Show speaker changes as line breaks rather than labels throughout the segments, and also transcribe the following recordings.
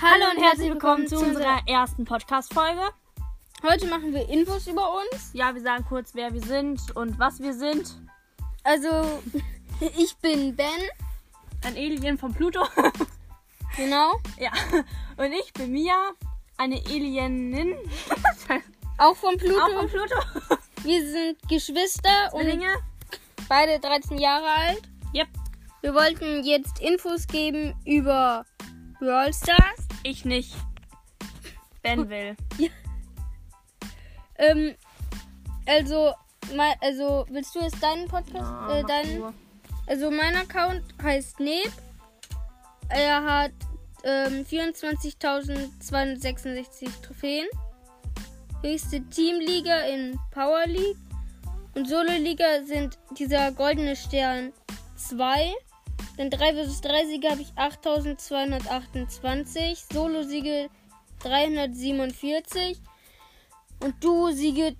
Hallo und herzlich willkommen zu unserer ersten Podcast-Folge.
Heute machen wir Infos über uns.
Ja, wir sagen kurz, wer wir sind und was wir sind.
Also, ich bin Ben,
Ein Alien von Pluto.
genau.
ja. Und ich bin Mia, eine Alienin.
Auch von
Auch von
Pluto.
Pluto.
Wir sind Geschwister und
Zwillinge.
beide 13 Jahre alt.
Yep.
Wir wollten jetzt Infos geben über Brawl Stars.
Ich nicht. Ben will.
Ähm, also, mal, also, willst du jetzt deinen Podcast,
Ah,
äh, deinen? Also mein Account heißt Neb. Er hat ähm, 24.266 Trophäen. Höchste Teamliga in Power League. Und Solo-Liga sind dieser goldene Stern 2. Dann 3 vs 3 Siege habe ich 8228. Solo-Siege 347. Und Duo-Siege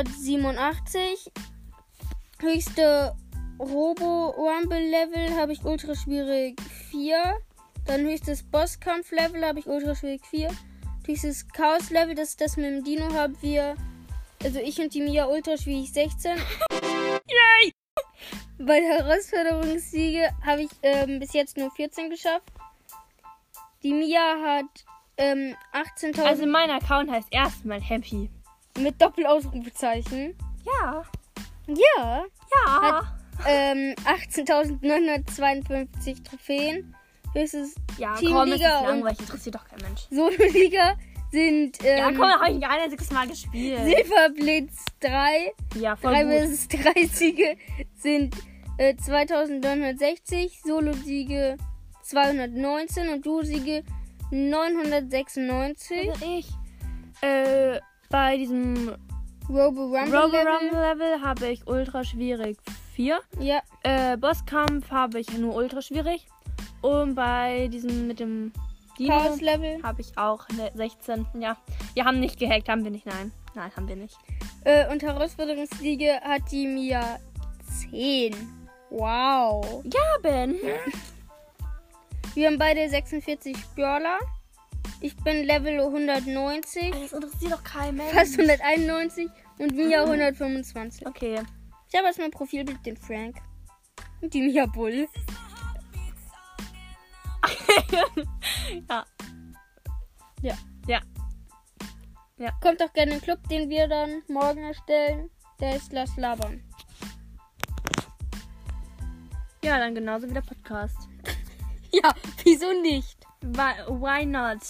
1887. Höchste Robo Rumble Level habe ich ultra schwierig 4. Dann höchstes Bosskampf Level habe ich ultra schwierig 4. Höchstes Chaos Level, das ist das mit dem Dino, haben wir. Also ich und die Mia ultra schwierig 16.
Yay!
Bei der Herausforderungssiege habe ich ähm, bis jetzt nur 14 geschafft. Die Mia hat ähm, 18.000
Also mein Account heißt erstmal Happy.
mit Doppelausrufezeichen.
Ja.
Ja.
Ja.
Hat- Ähm, 18.952 Trophäen. Höchstes
ja,
Team
komm, es ist
Liga und-
langweilig. Interessiert doch kein Mensch.
Solo-Liga sind
Ja,
ähm,
komm, da habe ich ein einziges Mal gespielt.
Silberblitz 3.
Ja, voll
3
gut.
vs 3 Siege sind äh, 2960, Solo-Siege 219 und Duo-Siege 996.
Also ich äh, bei diesem
Robo Rumble.
Robo
Level.
Rumble Level habe ich ultra schwierig 4.
Ja,
Äh, Bosskampf habe ich nur ultra schwierig. Und bei diesem mit dem Dino
Chaos Level.
habe ich auch ne- 16. Ja, wir haben nicht gehackt, haben wir nicht. Nein, nein, haben wir nicht.
Äh, und Herausforderungsliga hat die Mia 10. Wow.
Ja, Ben.
Wir haben beide 46 Brawler. Ich bin Level 190.
Das interessiert doch keinen Mensch.
fast 191 und Mia 125.
Okay.
Ich habe als mein Profilbild den Frank und die Mia Bull.
ja.
Ja.
Ja.
Kommt auch gerne in den Club, den wir dann morgen erstellen. Der ist Lass Labern.
Ja, dann genauso wie der Podcast.
Ja, wieso nicht?
Why, why not?